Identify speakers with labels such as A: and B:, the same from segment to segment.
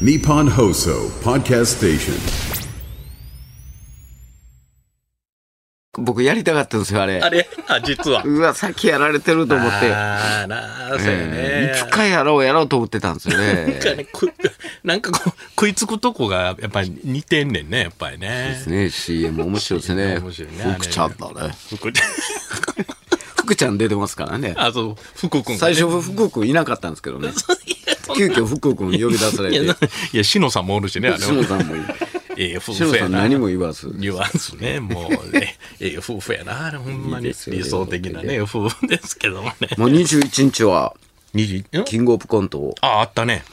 A: Nippon Hoso Podcast Station.
B: 僕やりたかったんですよ、あれ。
C: あれ あ、実は。
B: うわ、さっきやられてると思って。
C: ああ、なあ、そうやね。
B: えーいつかやろうやろうと思ってたんですよ ね。
C: なんかね、くなんかこう、食いつくとこが、やっぱり似てんねんね、やっぱりね
B: です。ね、CM 面白いですね。
C: 面白いね
B: 福ちゃんだね。
C: 福
B: 福ちゃん出てますからね。
C: あ、そう、福君が
B: 最
C: ね、
B: 初、福君いなかったんですけどね。急遽福君呼び出され
C: い
B: て
C: や、 な、いや、しのさんもおるしね、あれは。
B: 篠さんもいる。
C: ええ、夫
B: 篠
C: 婦
B: さ
C: や
B: ん
C: な。
B: 何も言わず。
C: ニュアンスね、もうね、ええ、夫婦やな、あれほんま
B: いい
C: に
B: ですよね
C: 理想的なね、夫婦ですけどもね。
B: もう21日は、
C: 21、ん
B: キングオブコントを、
C: あ、あったね。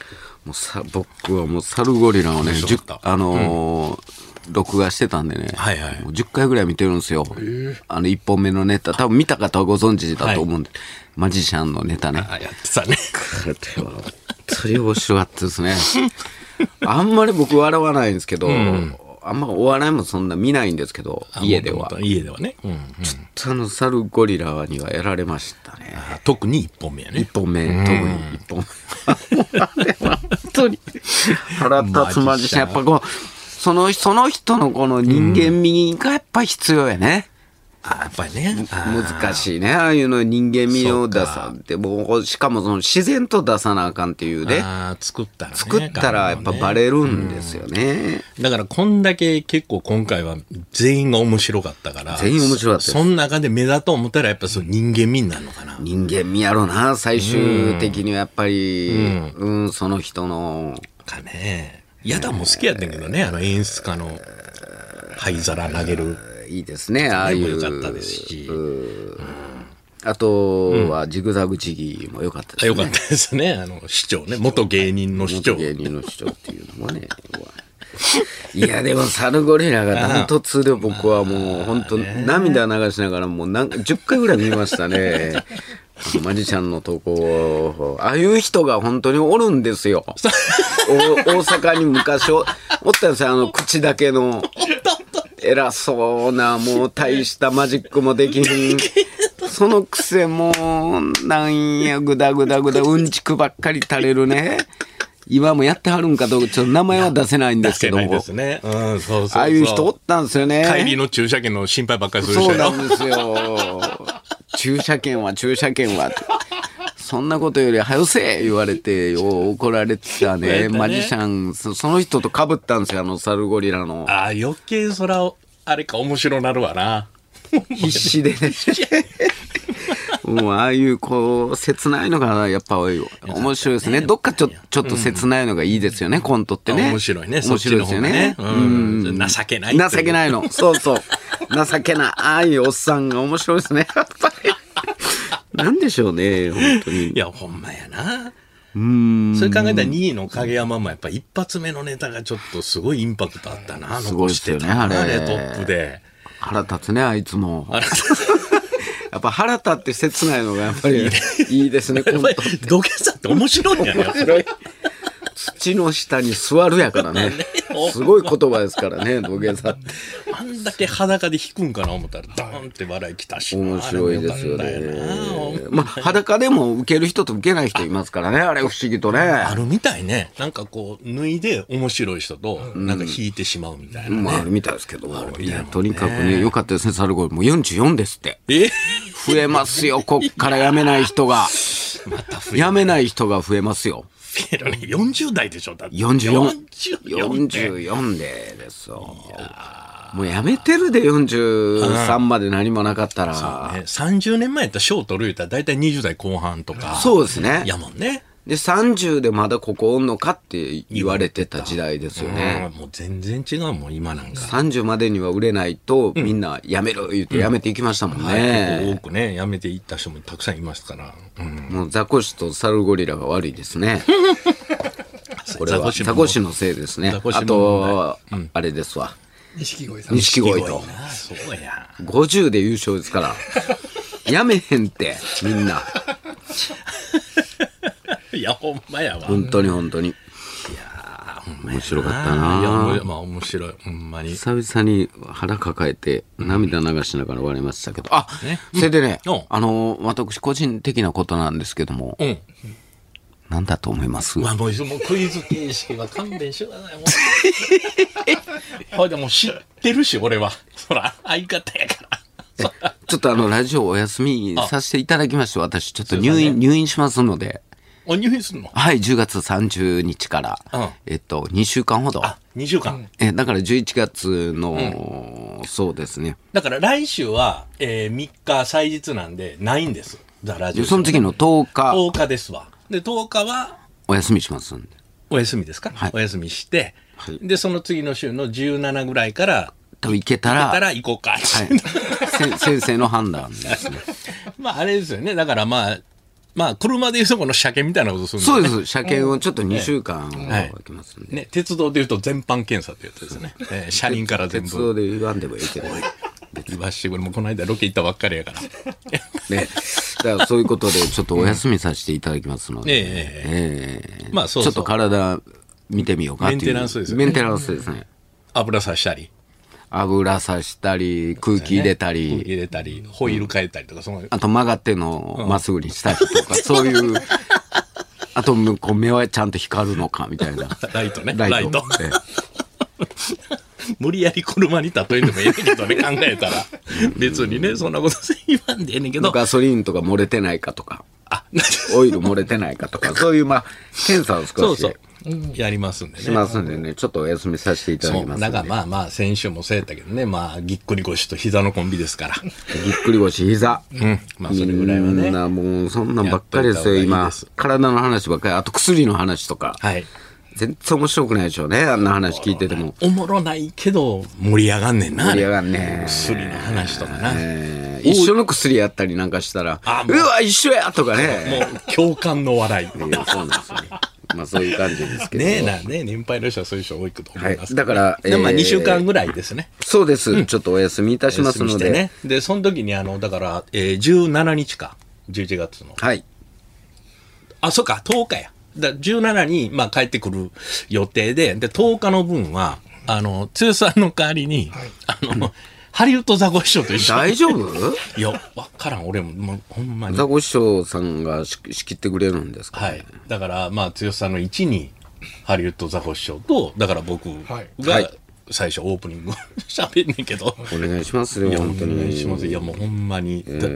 B: もうさ僕はもうサルゴリラをね、
C: 面
B: じゅ
C: 白かった
B: あのー録画してたんでね、
C: はいはい
B: もう10回ぐらい見てるんですよ。あの1本目のネタ、多分見た方はご存知だと思うんで、マジシャンのネタね。
C: あ、やってたね。
B: あれは本当に面白かったです ね。あんまり僕笑わないんですけど、あんまお笑いもそんな見ないんですけど、家では。
C: 家ではね。うんうん。
B: あのサルゴリラにはやられましたね。
C: あ特に1本目やね
B: 一。本目、特に一本目。あれは本当に腹立つマジシャン。やっぱこう、そのその人のこの人間味がやっぱ必要やね。
C: あやっぱりね。
B: 難しいね。ああいうの人間味を出さって、もう、しかもその自然と出さなあかんっていうね。
C: あー作ったら、ね、
B: 作ったらやっぱバレるんですよね。
C: だからこんだけ結構今回は全員が面白かったから
B: 全員面白かったです
C: そその中で目立とう思ったらやっぱその人間味になるのかな
B: 人間味やろな、最終的にはやっぱり、うん、その人の、
C: かねやだも好きやったけどねあの演出家の灰皿投げる
B: いいですね、ああい
C: 良かった
B: う
C: です。し
B: あとは、ジグザグチギも良かったですね。
C: 良かったですねあの市長ね元芸人の市長
B: 芸人の主張っていうのはね。うわいや、でも、サルゴリラがダントツで僕はもう、本当涙流しながら、もうなんか10回ぐらい見ましたね。あのマジシャンの投稿をああいう人が本当におるんですよ。お大阪に昔お、おったんですよ、あの、口だけの。偉そうな、もう大したマジックもできひん。そのくせもう、なんや、ぐだぐだぐだ、うんちくばっかり垂れるね。今もやってはるんかどうか、ちょっと名前は出せないんで
C: 出
B: すけ
C: せ
B: ど
C: ないで
B: も。
C: すねうんそうそうそう
B: ああいう人おったんですよね。
C: 帰りの駐車券の心配ばっかりする人
B: そう
C: やろ
B: なんですよ。駐車券は駐車券はって。そんなことより、はよせ言われて、よう怒られてた
C: 言わ
B: ね。
C: れたね
B: マジシャン、そその人と被ったんですよ、あの、サルゴリラの。
C: ああ余計そらあれか面白なるわな
B: 必死でね。もうああいうこう切ないのがやっぱ面白いですね。どっかちょちょっと切ないのがいいですよね、コントってね。
C: 面白いね。
B: 面白いですよね。
C: そっちの方がねうん情けない。
B: 情けないの。そうそう。情けない。ああいうおっさんが面白いですね。やっぱり。なんでしょうね、本当に。
C: いや、ほんまやな。それ考えたら2位の影山もやっぱ一発目のネタがちょっとすごいインパクトあったな、
B: すご
C: 残
B: いっ
C: し
B: す
C: て
B: よね
C: たな
B: あれ
C: トップで。
B: 腹立つね、あいつも。
C: あれ、
B: やっぱ腹立って切ないのがやっぱりいいですね、コ
C: や
B: ン
C: っぱ
B: ト
C: り。土下座って面白いんやね。やっぱり
B: 土の下に座るやからね。すごい言葉ですからね、土下座って。
C: あんだけ裸で弾くんかな思ったら、ドーンって笑い来たしな。
B: 面白いですよ
C: あれもよかったよな
B: ね。まあ、裸でも受ける人と受けない人いますからね、あれ不思議とね。
C: あるみたいね。なんかこう、脱いで面白い人と、なんか弾いてしまうみたいな
B: まあ、あ
C: ね。
B: るみたいですけど。いや、とにかくね、良かったですね、サルゴリもう44ですって。
C: え
B: 増えますよ、こっからやめない人が。やめない人が増えますよ。
C: けどね、40代でしょだって。
B: 44。
C: 44って。
B: 44でですよ。もうやめてるで、43まで何もなかったら。
C: ね、30年前やったら賞取る言ったら大体20代後半とか。
B: そうですね。
C: やもんね。
B: で、30でまだここおんのかって言われてた時代ですよね。
C: うんもう全然違うもん、今なんか。
B: 30までには売れないと、みんなやめろ言ってやめていきましたもんね。
C: 多くね、辞めていった人もたくさんいますから。うん。
B: もうザコシとサルゴリラが悪いですね。これはザ
C: も
B: コシのせいですね。
C: ザコシ
B: あ
C: も問題
B: と、あれですわ。
D: 錦鯉さん。
B: 錦鯉と。
C: なそうや。
B: 50で優勝ですから。 やめへんって、みんな。
C: いや、ほんまやわ。
B: 本当に本当に。いや面白かったない
C: や、もうまあ面白い。ほんまに。
B: 久々に腹抱えて涙流しながら割れましたけど、あ、
C: ね
B: それでね、
C: うん
B: あの私個人的なことなんですけども、
C: うん。
B: 何だと思います
C: まあもうもうクイズ形式は勘弁してください。もう ほいでもう知ってるし、俺は。ほら、相方やから。
B: ちょっとあの、ラジオお休みさせていただきまして、私、ちょっと入院、入院しますので、
C: お入院すんの
B: はい、10月30日から、
C: うん
B: えっと、2週間ほど。
C: あ、2週間。
B: え、だから11月の、そうですね。
C: だから来週は、えー、3日祭日なんで、ないんです。ザ・ラジオ。
B: その次の10日、
C: 10日ですわ。で、10日は、
B: お休みしますんで。
C: お休みですか、
B: はい
C: お休みして、
B: はい
C: で、その次の週の17ぐらいから、
B: 多分行けたら、
C: か
B: は
C: ら行こうか。
B: い、せ先生の判断ですね。
C: まあ、あれですよね。だからまあ、まあ、車でいうとこの車検みたいなことするの
B: そう です。車検をちょっと2週間
C: はい
B: 置きますんで。
C: ね、鉄道でいうと全般検査ってやつですね。えー車輪から全
B: 鉄
C: 部。
B: 道で言わんでもいいけど。ね。
C: 言わしてくれもうこの間ロケ行ったばっかりやから。
B: だからそういうことで、ちょっとお休みさせていただきますので。
C: ええ
B: ええ
C: まあそう
B: ちょ
C: そう
B: っと体見てみようかっていう。
C: メンテナンスですよね
B: メンテナンスですね。
C: 油さしたり、
B: 油さしたり、空気入れたり、
C: 入れたり、ホイール変えたりとか、その、
B: あと曲がってのをまっすぐにしたりとか、そういう。あと、こう目はちゃんと光るのかみたいな。
C: ライトね。
B: ラ
C: ラ
B: イ
C: イ
B: ト
C: ト。。 無理やり車に例えてもええねんけどね、考えたら。別にね、そんなことせん言わんでええねんけ
B: ええ
C: ど。
B: ガソリンとか漏れてないかとか、
C: あ、
B: オイル漏れてないかとか、そういう、まあ、検査を
C: そ
B: 少
C: う
B: し
C: そう。やりますんでね。
B: しますんでね、ちょっとお休みさせていただ
C: そ
B: きま
C: う。
B: す。
C: だからまあまあ、先週もそうやったけどね、まあ、ぎっくり腰と膝のコンビですから。
B: ぎっくり腰、 膝。
C: うん。まあ、それぐらいは
B: みん
C: ね。
B: なもう、そんなんばっかりですよ、
C: やっといた方がいい
B: 今
C: です。
B: 体の話ばっかり。あと薬の話とか。
C: はい。
B: 全然面白くないでしょうね、あんな話聞いてても。
C: おもろないけど、盛り上がんねんな。
B: 盛り上が
C: ん。
B: んね。
C: 薬の話とかな。
B: えー一緒の薬やったりなんかしたら、
C: あ
B: う
C: もう
B: わ、一緒やとかね。
C: もう、共感の 笑い。
B: いやそうなんですよね。 まあそういう感じですけど。
C: ねえな、ねえ年配の人はそういう人多いと思いますけど。
B: はいだから
C: でまあ
B: えー
C: 2週間ぐらいですね。
B: そうです。ちょっとお休みいたしますの
C: お休みして
B: で
C: ね。。で、その時に、あの、だから、えー、17日か。11月の。
B: はい。
C: あ、そっか、10日や。だ17に、まあ、帰ってくる予定で、で、10日の分は、あの、剛さんの代わりに、あの、ハリウッドザコシショウと一緒に。
B: 大丈夫
C: いや、わからん、俺も、もうほんまに。
B: ザコ師匠さんが仕仕切ってくれるんですか
C: はい。だから、まあ、剛さんの1に、ハリウッドザコシショウと、だから僕
D: はい
B: はい
C: が、最初オープニング 喋んねんけど。
B: お願いしますよ、
C: いや、
B: 本
C: 本
B: 当
C: 当にお願い
B: に。
C: します。いや、もうほんまに。だ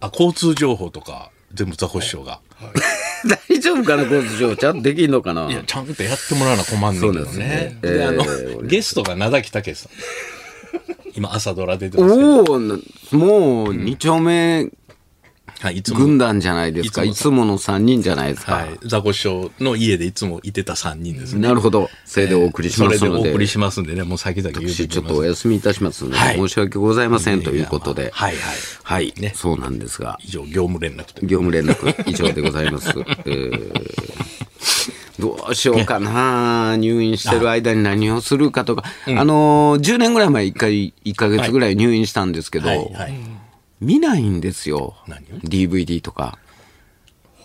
C: あ、交通情報とか、全部ザコシショウが。
B: 大丈夫かな、コース上。ちゃんとできんのかない
C: や、ちゃんとやってもらわな困んねんけど
B: そうで
C: ね。
B: すね
C: であの、
B: えー俺
C: ゲストが名崎武さん。今、朝ドラ出てますけ
B: お
C: ど。
B: おもう二丁目
C: はい、いつも。
B: 軍団じゃないですか。い
C: い
B: つ
C: つ
B: もの三人じゃないですか。
C: はい、ザコシショウの家でいつもいてた3人ですね。
B: なるほど。せいでお送りし
C: そ
B: ま
C: れ
B: す
C: で
B: の
C: お
B: で。
C: 送りしますんでね、もう先々言う
B: 私
C: て
B: ち
C: き
B: ょっ
C: ま
B: とお
C: す。
B: 休みいたしますので、
C: はい
B: 申し訳ございませんということで。
C: はいはい。
B: はい、
C: ね
B: そうなんですが、
C: 以上、業務連絡と。
B: 業務連絡以上でござい ます。えーどうしようかな、入院してる間に何をするかとか、あのー10年ぐらい前、1回、1ヶ月ぐらい入院したんですけど、
C: はいはい。
B: 見ないんですよ
C: 何を、
B: DVD とか。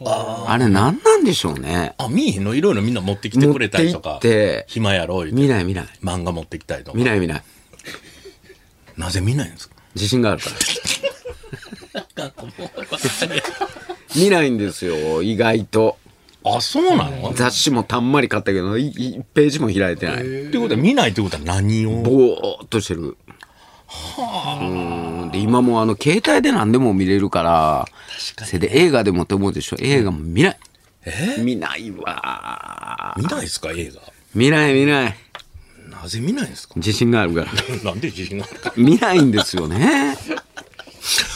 B: あれ、何なんでしょうね。
C: あ、見えへんのいろいろみんな持ってきてくれたりと
B: 持
C: か。
B: って行って
C: 暇やろ、言うて
B: 見ない、見ない、
C: 漫画持ってきたりとか
B: 見。ない、見ない、
C: なぜ見ないんですか
B: 自信があるから。見ないんですよ、意外と。
C: あ、そうなのっ
B: 雑誌もたんまり買ったけど、いい1ページも開いてない。
C: てことは見ないってことは何を
B: ぼーっとしてる。うんで今もうあの携帯で何でも見れるからそれで映画でもって思うでしょ映画も見ない、見ないわ
C: 見ないですか映画。
B: 見ない見ない
C: なぜ見ないんですか
B: 自信があるから
C: なんで自信があるか。
B: 見ないんですよね、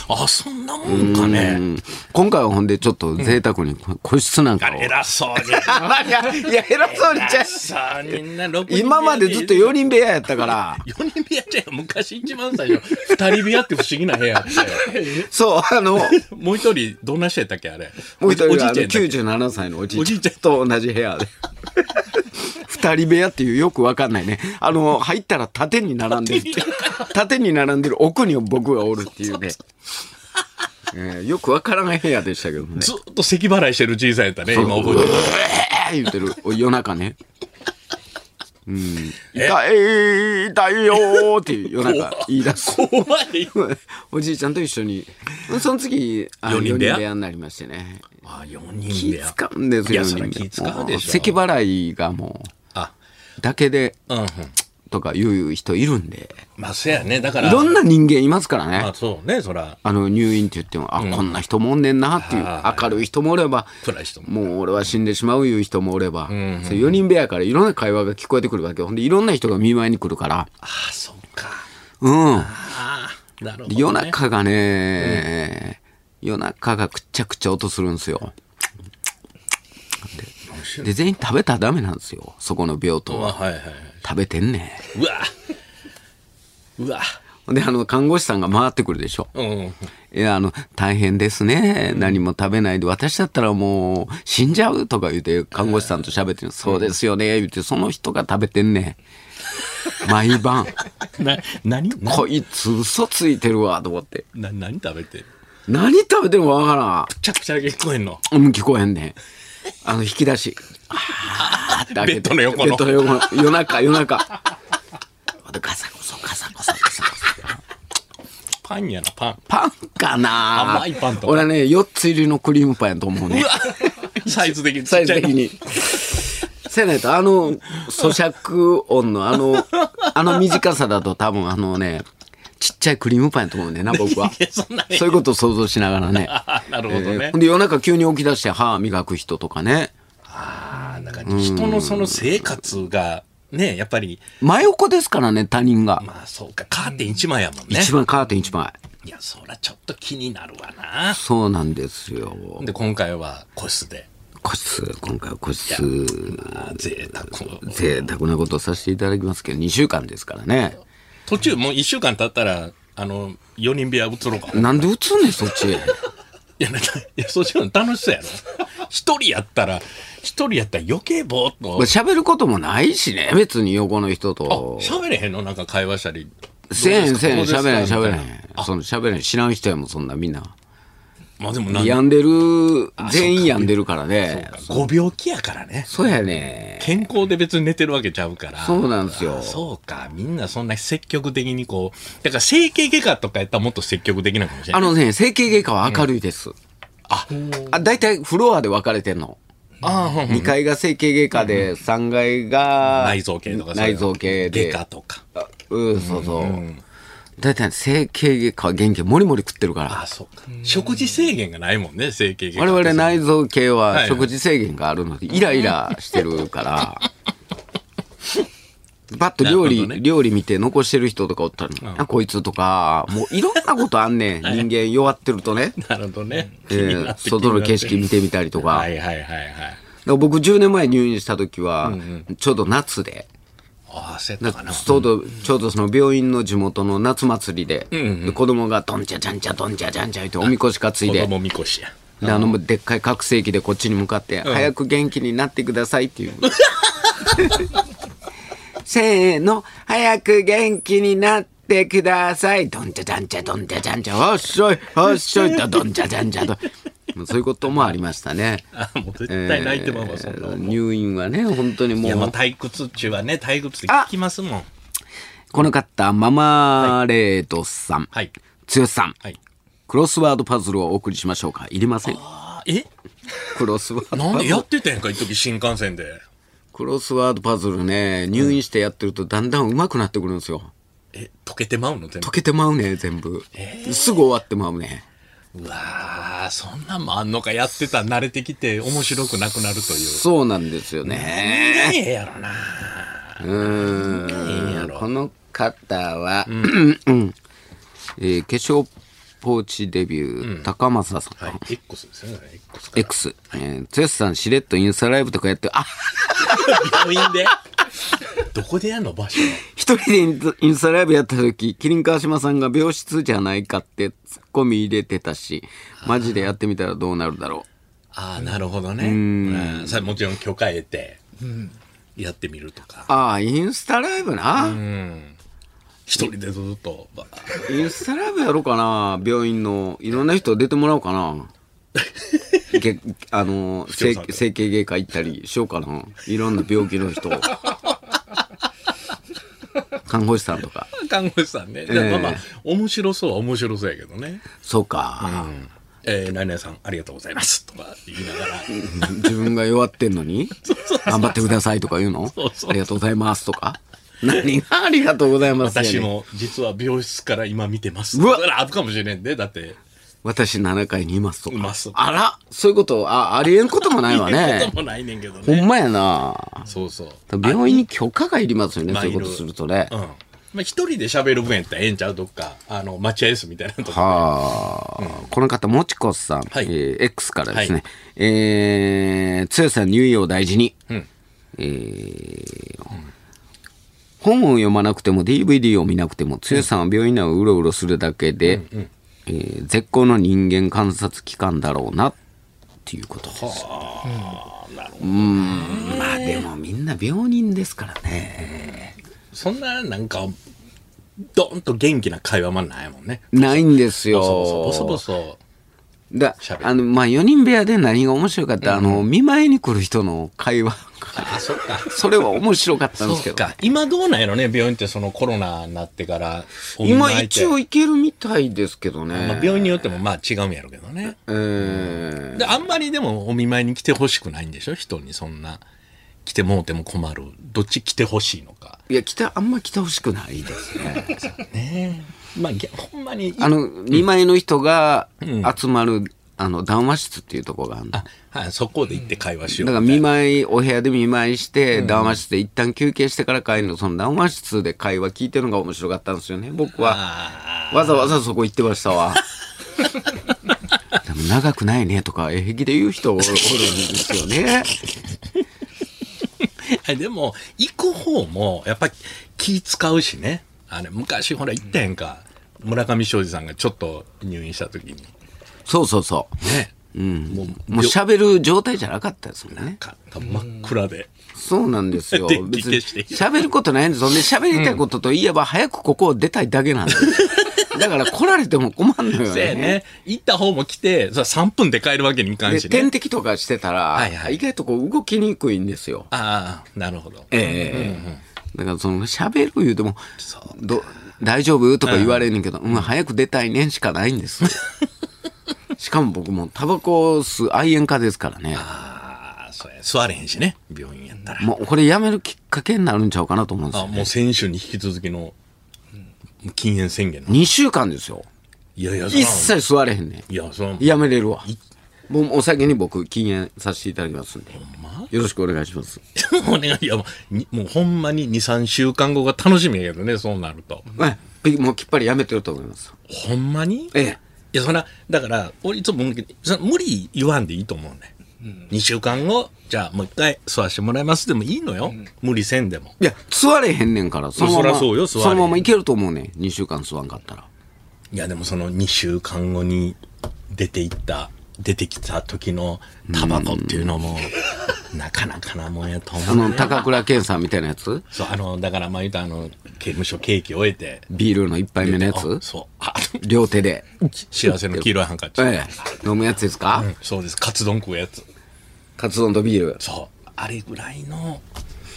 C: あ、そんなもんか
B: う
C: ね。
B: ん、今回はほんでちょっと贅沢にこ個室なんかを、
C: 偉そう に。
B: いやいや偉そうにちゃ
C: 偉
B: う
C: そうにな、
B: 今までずっと
C: 4
B: 4人部屋やったから
C: 人部屋じゃん。昔一番最初、2人部屋って不思議な部屋やった よ。
B: そうあの
C: もう一人、どんな人やったっけあれ。
B: もう一
C: お
B: 人
C: じ
B: が
C: い
B: あの
C: ちゃんやったっけ。
B: 97歳のおじい
C: お
B: ち
C: じ
B: ゃん
C: いちゃん
B: と同じ部屋で 二人部屋っていうよくわかんないねあの入ったら縦に並んでる 縦に並んでる奥に僕がおるっていうねえーよくわからない部屋でしたけどね
C: ずっと咳 払いしてるじいさんやったね、今覚えてる。
B: えー言ってるお夜中ね痛い、痛いよーって 夜中言い出す。
C: 怖い。
B: おじいちゃんと一緒に。その次、あ
C: 四人部屋
B: 四部屋になりましてね。
C: あ、4人
B: 気
C: 部屋。
B: 使うんですよ、
C: いやそれ
B: 四人部屋
C: 気使うでしょ
B: も咳払いがも
C: あ、
B: う、だけで、
C: うんうん。
B: とか言う人いるんで。
C: まあ、せやね。だから、
B: いろんな人間いますから
C: ま
B: ね
C: あ、。そうね、そら。
B: あの、入院って言っても、あ、こんな人もおんねんなっていう、
C: はい
B: 明るい人もおれば、
C: 暗い人も
B: もう俺は死んでしまういう人もおれば、そう4人部屋からいろんな会話が聞こえてくるわけよほんでいろんな人が見舞いに来るから
C: ああ、そうか。
B: うん
C: ああ、なるほど、ね。
B: 夜中がね、夜中がくっちゃくちゃ音するんですよでで全員食べたらダメなんですよそこの病棟
C: あ
B: は
C: はいはいはい。
B: 食べてんねん
C: うわ。うわ。
B: ほんであの看護師さんが回ってくるでしょ
C: うん。
B: いや、あの、大変ですね。何も食べないで、私だったらもう、死んじゃうとか言うて、看護師さんと喋ってる、そうですよね、言うて、その人が食べてんねん。毎晩。
C: な、何な、
B: こいつ嘘ついてるわ、と思って。
C: な何食べてる
B: 何食べてるかわから
C: くちゃくちゃ聞こえんの。
B: ん。うん、聞こえへんねん。あの、引き出し。あーって開けて
C: ベッドの横の
B: ベッドの横の。夜中、夜中。ほんでガサゴソ、ガサゴソ、ガサゴソ。
C: パンやな、パン。
B: パンかな
C: 甘いパンとか
B: 俺はね、4つ入りのクリームパンやと思うね。
C: サイズ的に。
B: サイズ的に。 せやないと、あの、咀嚼音の、あの、あの短さだと多分、あのね、ちっちゃいクリームパンやと思うねんな、僕は。
C: いや、そんなに
B: そういうことを想像しながらね。
C: あ あ、なるほ
B: え
C: ど
B: ー
C: ね
B: ほん。で夜中急に起き出して歯磨く人とかね。
C: ああ、なんか人のその生活が、ね、やっぱり、
B: 真横ですからね、他人が。
C: まあそうか、カーテン一枚やもんね。
B: 一番カーテン一枚。
C: いや、そらちょっと気になるわな。
B: そうなんですよ。
C: で、今回は個室で。
B: 個室、今回は個室、
C: ああ、贅沢。
B: 贅沢なことをさせていただきますけど、2週間ですからね。
C: 途中もう一週間経ったら、あの、4人部屋移ろうか。い
B: なんで打つんねん、そっち。
C: や、だっていや、そっちの方が楽しそうやろ。一人やったら、一人やったら余計ぼーっ
B: まあ
C: と。
B: 喋ることもないしね、別に横の人
C: あ
B: と。
C: 喋れへんのなんか会話したり。
B: せえへんせえへん、
C: どうですか
B: 喋れへん喋れへ。。
C: どうですかみたいなん
B: その喋れへん、知らん人やもん、そんなみんな。
C: まあでもなん
B: 病んでる、全員病んでるからね。
C: ご病気やからね。
B: そうやね。
C: 健康で別に寝てるわけちゃうから。
B: そうなんですよ
C: あそうか。みんなそんな積極的にこう。だから整形外科とかやったらもっと積極的なのかもしれな
B: あ
C: い。
B: のね、整形外科は明るいです。
C: あ、
B: あ、大体フロアで分かれてんの。
C: ああ、ほんほん
B: 2階が整形外科で、3階が。
C: 内臓系とかそうい
B: 内
C: うの
B: 臓系で。
C: 外科とか。
B: あうん、そうそう。大体整形外科は元気、もりもり食ってるから
C: あ、。そうか。食事制限がないもんね、整形外
B: 我
C: 科。
B: 々内臓系
C: はいは
B: はい食事制限があるのでイライラしてる からバッと料
C: なる
B: 理、
C: ほどね
B: 料理見て残してる人とかおったら、あこいつとかもういろんなことあんねん人 間弱ってるとね、
C: なるほどね。
B: えー
C: 気になって
B: 外の景色見てみたりとか,、
C: はいはいはいはい。
B: 僕10年前入院した時は、ちょうど夏で
C: ああ、セットかな。
B: ちょうどちょうどその病院の地元の夏祭りで,、で子供がどんちゃちゃんちゃどんちゃちゃんちゃ言っておみこし担い
C: 子
B: で。
C: 供みこしや。
B: であのでっかい拡声器でこっちに向かって「早く元気になってください」っていう せーの「早く元気になってください」「どんちゃちゃんちゃどんちゃちゃんちゃおっしょいおっしょ い」と「どんちゃちゃんちゃ」ともうそういうこともありましたね
C: あもう 絶対泣いてまうわ、そんなも
B: えー
C: ん。
B: 入院はね本当に
C: い
B: も
C: や、まあ
B: う
C: 退屈っちゅうはね、退屈って聞きますもん。
B: この方ママレードさん、
C: はい。
B: 剛さん、
C: はい。
B: クロスワードパズルをお送りしましょうかいりません
C: あえ
B: クロスワード
C: なん
B: パ
C: で
B: ズル
C: やってたやんか、一時新幹線で。
B: クロスワードパズルね、入院してやってるとだんだん上手くなってくるんですよ。
C: え、溶けてまうの全部
B: 溶。けてまうね、全部。すぐ終わってまうね。
C: うわー、そんなんもあんのか、やってたら慣れてきて面白くなくなるという。
B: そうなんですよね。
C: ええやろな。
B: うーん。この方は、うんえー化粧ポーチデビュー、高政さん。
C: はい、X ですよね、X か。
B: X、えー、剛さんしれっとインスタライブとかやって、あ
C: 病院で どこでやんの場所
B: 一人でインスインスタライブやった時麒麟川島さんが病室じゃないかってツッコミ入れてたしマジでやってみたらどうなるだろう
C: ああ、なるほどね。うん。さあもちろん許可得て、やってみるとか。
B: ああインスタライブな、
C: 一人でずっと。ば
B: インスタライブやろうかな病院のいろんな人出てもらおうか なげあの
C: 長
B: 整
C: さんと
B: 整形外科行ったりしようかないろんな病気の人看護師さんとか。
C: 看護師さんね。じゃあ
B: ええ
C: まあまあ、面白そうは面白そうやけどね。
B: そうか。
C: えー、何々さん、ありがとうございます。とか言いなが ら。
B: 自分が弱ってんのに、頑張ってくださいとか言うの
C: そうそう
B: ありがとうございますとか。何がありがとうございますやねん
C: 私。も、実は病室から今見てます。
B: うわ
C: だからあるかもしれんで、だって。
B: 私7階にいますと
C: い
B: か
C: ます。
B: あら、そういうこと、あ、ありえんこともないわ
C: 言う
B: ね
C: こ。ともないねんけど
B: ほん
C: ね。
B: まやな。
C: そうそう。
B: 病院に許可がいりますよね、
C: まあ
B: そういうこと
C: いる
B: するとね
C: う。ん。まあ、一人で喋る分やったらええんちゃうどっか、あの、待合室みたいなとこ。
B: はあ、この方、もちこさん、
C: はい
B: えー X からですね、
C: はい
B: えー、強さん、乳を大事に、えー本を読まなくても DVD を見なくても、強さんは病院内をうろうろするだけで、えー絶好の人間観察機関だろうな、っていうことです。うん、まあでもみんな病人ですからね。
C: そんな、なんか、どんと元気な会話もないもんね。
B: ないんですよ。
C: ボソボソ、ボソボソ。
B: だ
C: 喋る
B: あのまあ4人部屋で何が面白いかって、あの見舞いに来る人の会話
C: あ、そっか。
B: それは面白かったんです
C: そ
B: け
C: う
B: ど
C: か。今どうなんやろね、病院ってそのコロナになってから。お見
B: 今
C: 舞いって
B: 一応、行けるみたいですけどね、
C: まあ、病院によってもまあ違うんやろうけどね。
B: えー
C: で、あんまりでもお見舞いに来てほしくないんでしょ人にそんな。来てもうても困る。どっち来てほしいのか。
B: いや来たあんま来てほしくないですね
C: ねえ。まあ、ぎゃほんまに。
B: あの見舞いの人が集まる、あの談話室っていうとこがあるのだ
C: あ、はい、そこで行って会話しよう
B: か
C: みた
B: ら見
C: いな。
B: 舞いお部屋で見舞いして、談話室で一旦休憩してから帰るのその談話室で会話聞いてるのが面白かったんですよね僕は。
C: あ
B: わざわざそこ行ってました わ。でも長くないねとか、え平気で言う人おるおるんですよね。
C: あ。でも、行く方も、やっぱり気使うしね。あれ、昔ほら行ったやんか。村上昌司さんがちょっと入院した時に。
B: そうそうそ
C: ね。
B: うん
C: もう、
B: う。もう喋る状態じゃなかったですもんね。
C: か真っ暗で。
B: そうなんです よ。
C: 電気
B: 別に
C: 消して
B: 喋ることないんです。ほんで喋りたいことといえば早くここを出たいだけなん ですよ。だから来られても困んのよ
C: せや
B: ね。
C: ね。行った方も来て、さ3分で帰るわけにいかん
B: で、
C: しね
B: 点。滴とかしてた
C: はいは
B: ら、
C: い
B: 意外とこう動きにくいんですよ。
C: ああ、なるほど。
B: ええだからその喋る言うてもど大丈夫とか言われんねんけど、うん、早く出たいねんしかないんです。 しかも僕もタバコを吸う愛煙家ですからね。
C: ああ、そうや。座れへんしね。病院やったら。
B: もうこれやめるきっかけになるんちゃうかなと思うんです
C: あ
B: よ。
C: もう先週に引き続きの、禁煙宣言の。
B: 2週間ですよ。
C: いやいや、そら
B: 一切吸われへんね
C: いや、そら
B: ん。やめれるわ。もうお酒に僕禁煙させていただきますんで。よろしくお願いします。
C: お願い。いや、もうにもうほんまに2、3週間後が楽しみやけどね、そうなると。
B: ええもうきっぱりやめてると思います。
C: ほんまに
B: ええ
C: いや、そんな、だから、俺いつも思うけどその無理言わんでいいと思うね。2週間後、じゃあもう一回吸わしてもらいますでもいいのよ。無理せんでも。
B: いや、座れへんねんから、そのま
C: まあ
B: ま、
C: そらそうよ座れへん
B: のままいけると思うねん。2週間吸わんかったら。
C: いや、でもその2週間後に出ていった、出てきた時のタバコっていうのも、なかなかなもんやと思
B: あ
C: うね、
B: の、高倉健さんみたいなやつ
C: そう、あの、だから、まあ言うたらあの、刑務所刑期終えて、
B: ビールの一杯目のやつ
C: あそう、あ、
B: 両手で。
C: 幸せの黄色いハンカチ。
B: ええ。飲むやつですか
C: そうです、カツ丼食うやつ。
B: カツ丼とビール。
C: そう、あれぐらいの、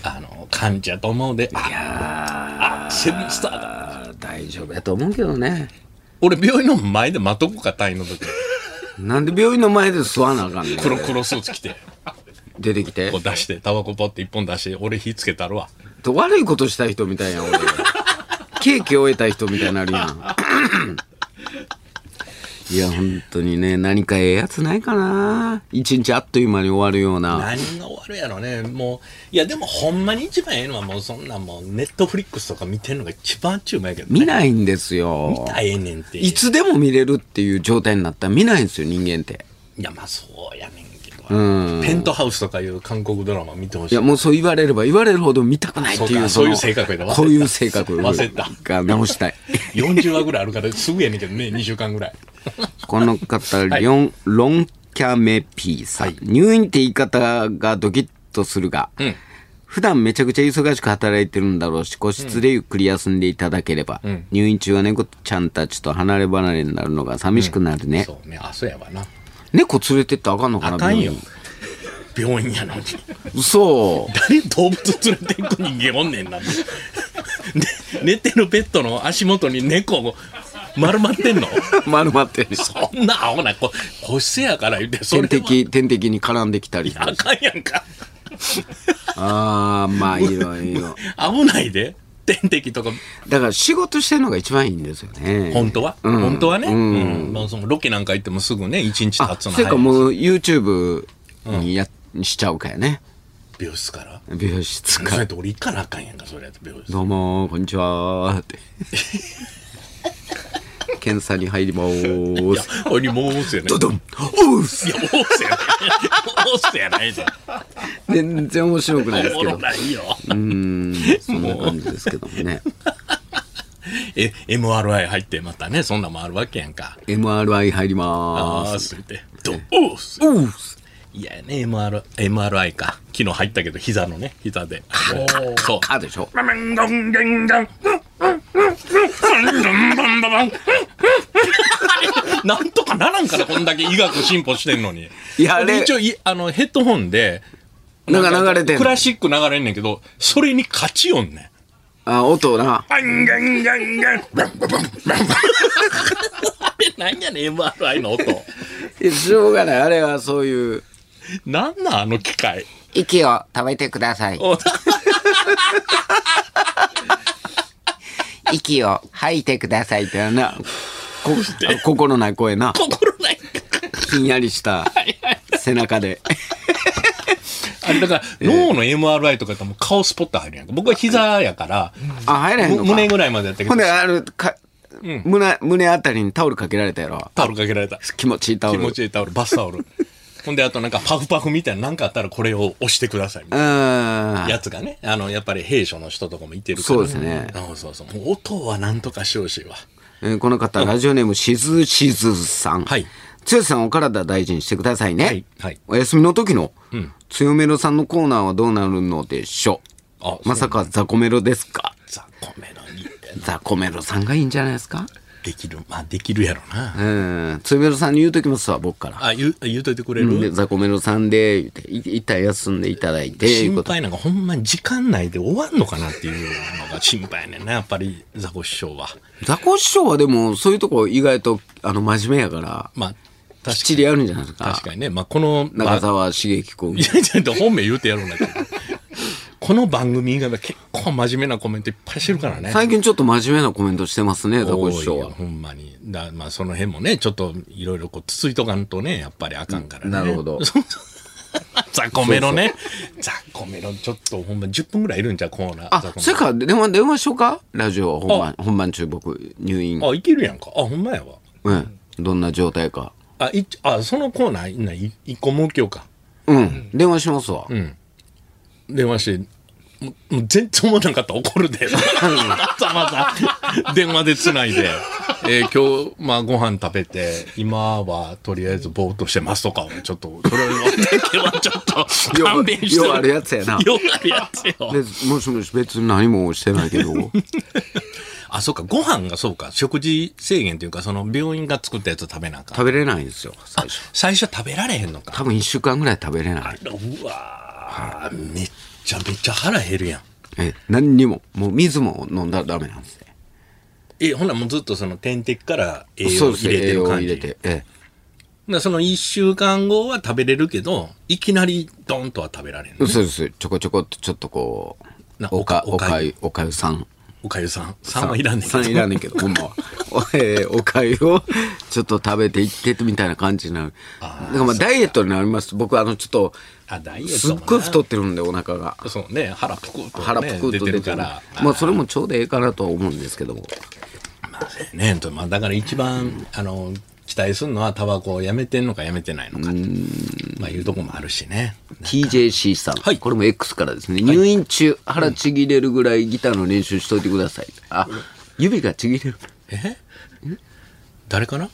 C: あの、感じやと思うで、あ、あ、セブンスターだ。
B: あー大丈夫やと思うけどね。
C: 俺、病院の前で待っとこうか、隊員の時。
B: なんで病院の前で吸わなあかんねん。
C: 黒黒スーツ着て、
B: 出てきて
C: こう。出して、タバコポって一本出して、俺火つけたるわ。
B: と悪いことした人みたいやん、俺。ケーキ終えた人みたいになる やん。いや、本当にね、何かええやつないかな。一日あっという間に終わるような。
C: 何が終わるやろね。もう、いや、でもほんまに一番ええのはもうそんなもう、ネットフリックスとか見てんのが一番ちゅうまやけど、ね。
B: 見ないんですよ。
C: あええねんって。
B: い
C: い
B: つでも見れるっていう状態になったら見ないんですよ、人間って。
C: や、まあそうやねんけど。
B: うん。
C: ペントハウスとかいう韓国ドラマ見てほし
B: い
C: い。
B: や、もうそう言われれば言われるほど見たくないっていう、
C: そうかそういう
B: の
C: 性格やな
B: こういう性格
C: 忘れた
B: が直した い。
C: 40話ぐらいあるからすぐやねんけどね、2週間ぐ らい。
B: この方、リョン、ロンキャメピーさん、入院って言い方がドキッとするが、
C: ん
B: 普段めちゃくちゃ忙しく働いてるんだろうし、個室でゆっくり休んでいただければ、入院中は猫ちゃんたちと離れ離れになるのが寂しくなるね。
C: そうね、あ、そうやわな。
B: 猫連れてってあかんのかな
C: あかんよ
B: 病院。
C: 病院やのに。
B: 嘘。
C: 誰動物連れて行く人間おんねんな。 で寝てるベッドの足元に猫を丸まってんの
B: 丸まってる
C: そんなアホな子、個室やから言って、それ
B: 天
C: は
B: 敵天敵に絡んできたり
C: あかんやんか。
B: ああ まあいいのいいの
C: 危ないで。天敵とか、
B: だから仕事してるのが一番いいんですよね
C: 本当は、
B: うん
C: 本当はね。
B: う
C: うんん。まあ、そのロケなんか行ってもすぐね、一日経
B: あ
C: つの
B: それかもう YouTube にや、しちゃうかやね
C: 美容室から。
B: 美容室
C: そ
B: か
C: うや
B: ら
C: って俺行かなあかんやんか、それやって美容室。
B: どうもこんにちは って検査に入りまー
C: いや
B: す、
C: 俺もう押すやない。
B: ド
C: い
B: ドンおうっす
C: や、押すやない。押すやないじゃん。
B: 全然面白くないです
C: おも
B: け
C: ろ
B: ど
C: ないよ。
B: うんそんな感じですけども ね
C: え、MRI 入ってまたね、そんなんもあるわけやんか。
B: MRI 入りま
C: あ
B: ー
C: あ、
B: す
C: すって。ドおうっす。
B: おうっす
C: いやね、MR、MRI か。昨日入ったけど、膝のね、膝で。そう。
B: かでしょ
C: ババンドンゲンガン。なんとかならんから、こんだけ医学進歩してんのに。
B: いやあれ
C: 一応い、あの、ヘッドホンで、
B: なんか流れてんの
C: クラシック流れんねんけど、それに勝ちよんねん。
B: あ音な
C: バンガンガンガン。バンバンバンバン。あれ、なんやねん、MRI の音。
B: いやしょうがないあれはそういう
C: なんなん、あの機械。
B: 息を止めてください
C: お
B: 息を吐いてくださいってあのな こあの心ない声な
C: 心ない。
B: ひんやりした背中で
C: あれ だから、脳の MRI とかやってもう顔スポット入るやんか。僕は膝やから、
B: あ入らへんの
C: む
B: か
C: 胸ぐらいまでやったけ
B: ほ
C: ど
B: ん、であのか、胸胸あたりにタオルかけられたやろ
C: タオルかけられた。
B: 気持ちいいタオ
C: 気
B: ル
C: 持ちいいタオル、バスタ オル。ほんで、あとなんかパフパフみたいな、なんかあったらこれを押してくださいみた
B: う
C: い
B: ーん
C: な。やつがね、あの、やっぱり兵所の人とかもいてるから。
B: そうですね
C: うんそうそう。もう音はなんとかしてほしいわ。
B: えーこの方ラジオネームしずしずさん
C: はい
B: 剛さんお体大事にしてくださいね、
C: はいはい
B: お休みの時の、強めろさんのコーナーはどうなるのでしょう
C: あ
B: まさかザコメロですか
C: ザコメのに
B: ザコメロさんがいいんじゃないですか
C: できる、まあできるやろな。
B: うん強めろさんに言うときますわ僕から、
C: あ、言う、言うといてくれ
B: で
C: る
B: ザコメロさんで言うてい一旦休んでいただいていう
C: 心
B: こと
C: 配なんかほんまに時間内で終わんのかなっていうのが心配やねんな、やっぱりザコ師匠は。
B: ザコ師匠はでもそういうとこ意外とあの真面目やから
C: まあ、
B: きっ
C: 確か
B: ちりやるんじゃないですか
C: 確かにね。まあ、この、まあ
B: 中澤茂樹君
C: いやいやいや、本名言うてやろうなけど。この番組以外は結構真面目なコメントいっぱいしてるからね。
B: 最近ちょっと真面目なコメントしてますねザコ
C: 多
B: 師
C: い
B: 匠
C: よ
B: は
C: ほんまに。だまあ、その辺もね、ちょっといろいろこう、つついとかんとね、やっぱりあかんからね。
B: なるほ ど。
C: ザコメロね。ザコメロ、ちょっとほんま10分ぐらいいるんじゃうコーナー。ザ
B: あ
C: コメロ
B: それから電話電話しようかラジオ本番本番中僕入院
C: あ、いけるやんか。あ、ほんまやわ。
B: うんどんな状態か
C: あ、いあそのコーナー、ない一個儲けようか。
B: うん電話しますわ
C: 電話して、もうもう全然思わなかったら怒るで。わざわざ電話でつないで、えー今日、まあご飯食べて、今はとりあえずぼーっとしてますとかをちょっと、それをだけはちょっと勘弁して。
B: よよあるやつやな
C: よあるやつよ。
B: でもしもし別に何もしてない けど
C: あ、そうか、ご飯がそうか、食事制限というか、その病院が作ったやつ食べなあかん。
B: 食べれないんですよ最初
C: 最初食べられへんのか。
B: 多分1週間ぐらい食べれない
C: あうわーめっちゃめちゃ腹減るやん。
B: え何にももう水も飲んだらダメなんですね
C: え、ほんならもうずっとその点滴から栄
B: そう
C: 養を
B: です
C: 入
B: ね
C: れて
B: 栄養
C: る
B: を
C: 感
B: 入
C: じ。
B: れてええ
C: だからその一週間後は食べれるけど、いきなりドンとは食べられん、ね。
B: そうですちょこちょこっとちょっとこう
C: な
B: おかお
C: おかお
B: か
C: か
B: ゆ
C: ゆ
B: おかゆさん
C: おかゆさん。さんはいらんねんけ
B: さ
C: ど。
B: んいらんねんけどほんまはお,、えーおかゆをちょっと食べていってみたいな感じになるだからまあダイエットになります僕あのちょっと
C: あ、ダイエット
B: す
C: も
B: っ
C: な
B: ごい太ってるんでお腹が
C: そうね、腹ぷくっと、ね、
B: 腹ぷくっと
C: 出て
B: 出
C: る
B: て
C: か
B: る
C: ら。
B: まあそれもちょうどええかなとは思うんですけども
C: ねとまあだから一番、あの、期待するのはタバコをやめてんのかやめてないのかと。まあいうとこもあるしね。
B: TJC さん、
C: はい
B: これも X からですね、入院中腹ちぎれるぐらいギターの練習しといてくださいあ指がちぎれる
C: え誰かな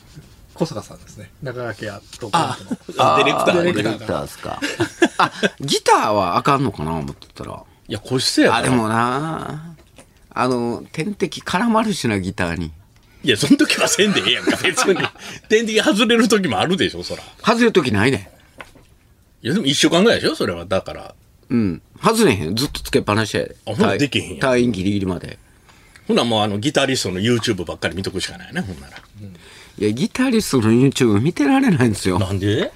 D: 小坂さんですね。中川家やと。
C: あ、ディレクター
B: あ
C: の
B: デ
C: ね
B: ィレクターですか あギターはあかんのかな思ってたら
C: いや、個室やから
B: あでもなあの天敵絡まるしなギターに
C: いや、その時はせんでええやんか、別 に。点滴外れる時もあるでしょ、そら。
B: 外れる時ないね
C: いや、でも一週間ぐらいでしょ、それは。だから。
B: うん外れへんずっとつけっぱなしやで
C: あほんとできへんやん
B: 退退院ギリギリまで
C: ほなもうあのギタリストの YouTube ばっかり見とくしかないね、ほんなら。
B: いや、ギタリストの YouTube 見てられないんですよ。
C: なんで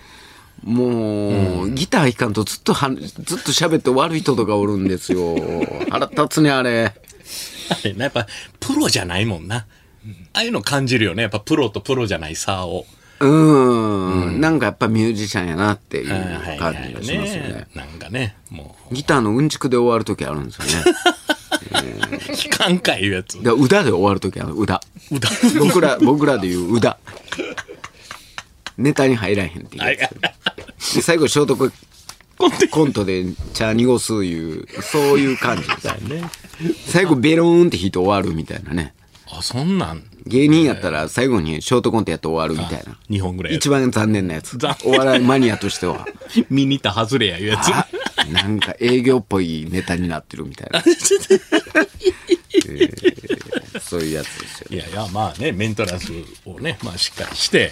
B: もう、ギター弾かんとずっとは、ずっと喋って悪い人とかおるんです よ。腹立つね、あれ。
C: あれ な、やっぱプロじゃないもんな。ああいうの感じるよね。やっぱプロとプロじゃない差を。
B: うーん。なんかやっぱミュージシャンやなっていう
C: うんはい
B: 感じがしますよね
C: ね。。なんかね、も
B: ギターのうんちくで終わるときあるんですよ ね。だか
C: う、聞かんかいうや つ。
B: ら歌で終わるときある、歌。
C: 歌
B: 僕 ら、僕らで言う歌。ネタに入らへんっていう
C: あ
B: や
C: いや
B: つ。で最後、聖徳
C: コンテ
B: コントで茶濁すいう、そういう感じです。
C: ね。
B: 最後、ベローンって弾いて終わるみたいなね。
C: あ、そんなん、
B: 芸人やったら最後にショートコントやって終わるみたいな。
C: 日本ぐらいやる。
B: 一番残念なやつ
C: 残。
B: お
C: 念
B: 笑いマニアとしては。
C: 見に行ったら外れやいうやつ。
B: あなんか営業っぽいネタになってるみたいな。えーそういうやつですよ。
C: いやいや、まあね、メンテナンスをね、まあしっかりして。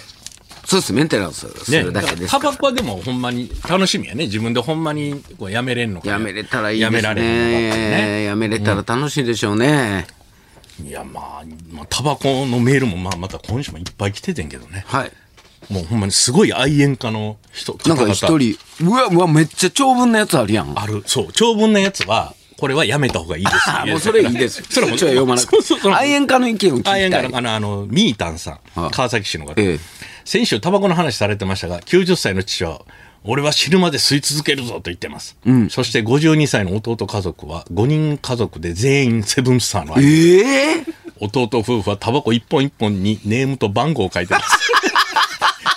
B: そうです、メンテナンスす
C: ね
B: るだけで、す
C: タ
B: から
C: バコはでもほんまに楽しみやね。自分でほんまにこうやめれんのか。
B: やめれたらいいですね。
C: やめられんのかってね。
B: やめれたら楽しいでしょうね。
C: いや、まあ、まあ、タバコのメールも、まあ、また今週もいっぱい来ててんけどね。
B: はい。
C: もうほんまにすごい愛煙家の人、
B: なんか
C: 方々
B: 一人、うわ、うわ、めっちゃ長文のやつあるやん。
C: ある。そう。長文のやつは、これはやめた方がいいです。
B: あ、もうそれいいです。
C: それも
B: ちょっと読まな
C: そうそうそ
B: く
C: う
B: て。愛煙家の意見を聞き
C: あ
B: たい。
C: やんかあの、あの、ミータンさ
B: は
C: ん、
B: い
C: 川崎市の方。
B: ええ
C: 先週、タバコの話されてましたが、90歳の父は、俺は死ぬまで吸い続けるぞと言ってます。そして52歳の弟家族は、5人家族で全員セブンスターの愛
B: ええ
C: 弟夫婦はタバコ一本一本にネームと番号を書いてます。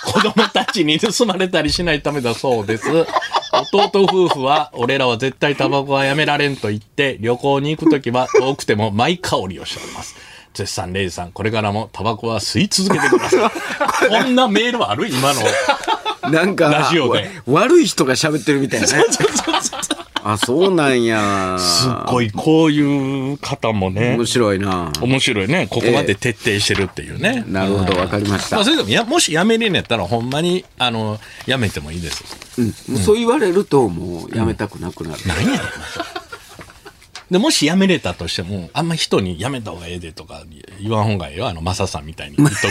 C: 子供たちに盗まれたりしないためだそうです。弟夫婦は、俺らは絶対タバコはやめられんと言って、旅行に行くときは遠くてもマイ香りをしております。絶賛レイジさん、これからもタバコは吸い続けてくださ い。こんなメールはある今の。
B: なんか、
C: ラジオで
B: わ悪い人が喋ってるみたいなね。あ、そうなんや。
C: すっごい、こういう方もね
B: 面、白いな。
C: 面白いね。ここまで徹底してるっていうね。
B: なるほど、わかりまし
C: ま
B: た
C: あ、そ。れでもや、もし辞めれんやったら、ほんまに、あの、辞めてもいいです。
B: うんそう言われると、もうやめたくなくなる。
C: 何やねんお前それで、もし辞めれたとしても、あんま人に辞めた方がええでとか言わん方がええよ。あの、マサさんみたいに言っと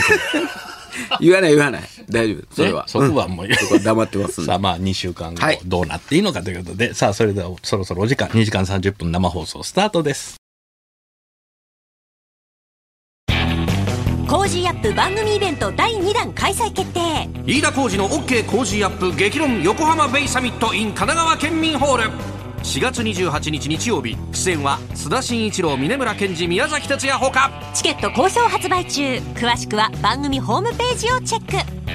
C: く。ね
B: 言わない言わない。大丈夫。それは。
C: そこはもう、
B: そこは黙ってますんで
C: さあ、まあ、2週間後
B: はい、
C: どうなっていいのかということで、さあ、それでは、そろそろお時間、2時間30分生放送スタートです。
E: コージーアップ番組イベント第2弾開催決定
F: 飯田浩二の OK 工事アップ激論横浜ベイサミット in 神奈川県民ホール4月28日日曜日出演は須田慎一郎峯村健二宮崎哲也ほか
E: チケット好評発売中詳しくは番組ホームページをチェック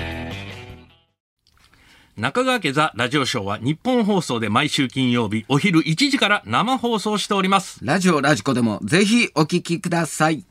F: 中川家ザラジオショーは日本放送で毎週金曜日お昼1時から生放送しております
B: ラジオラジコでもぜひお聞きください。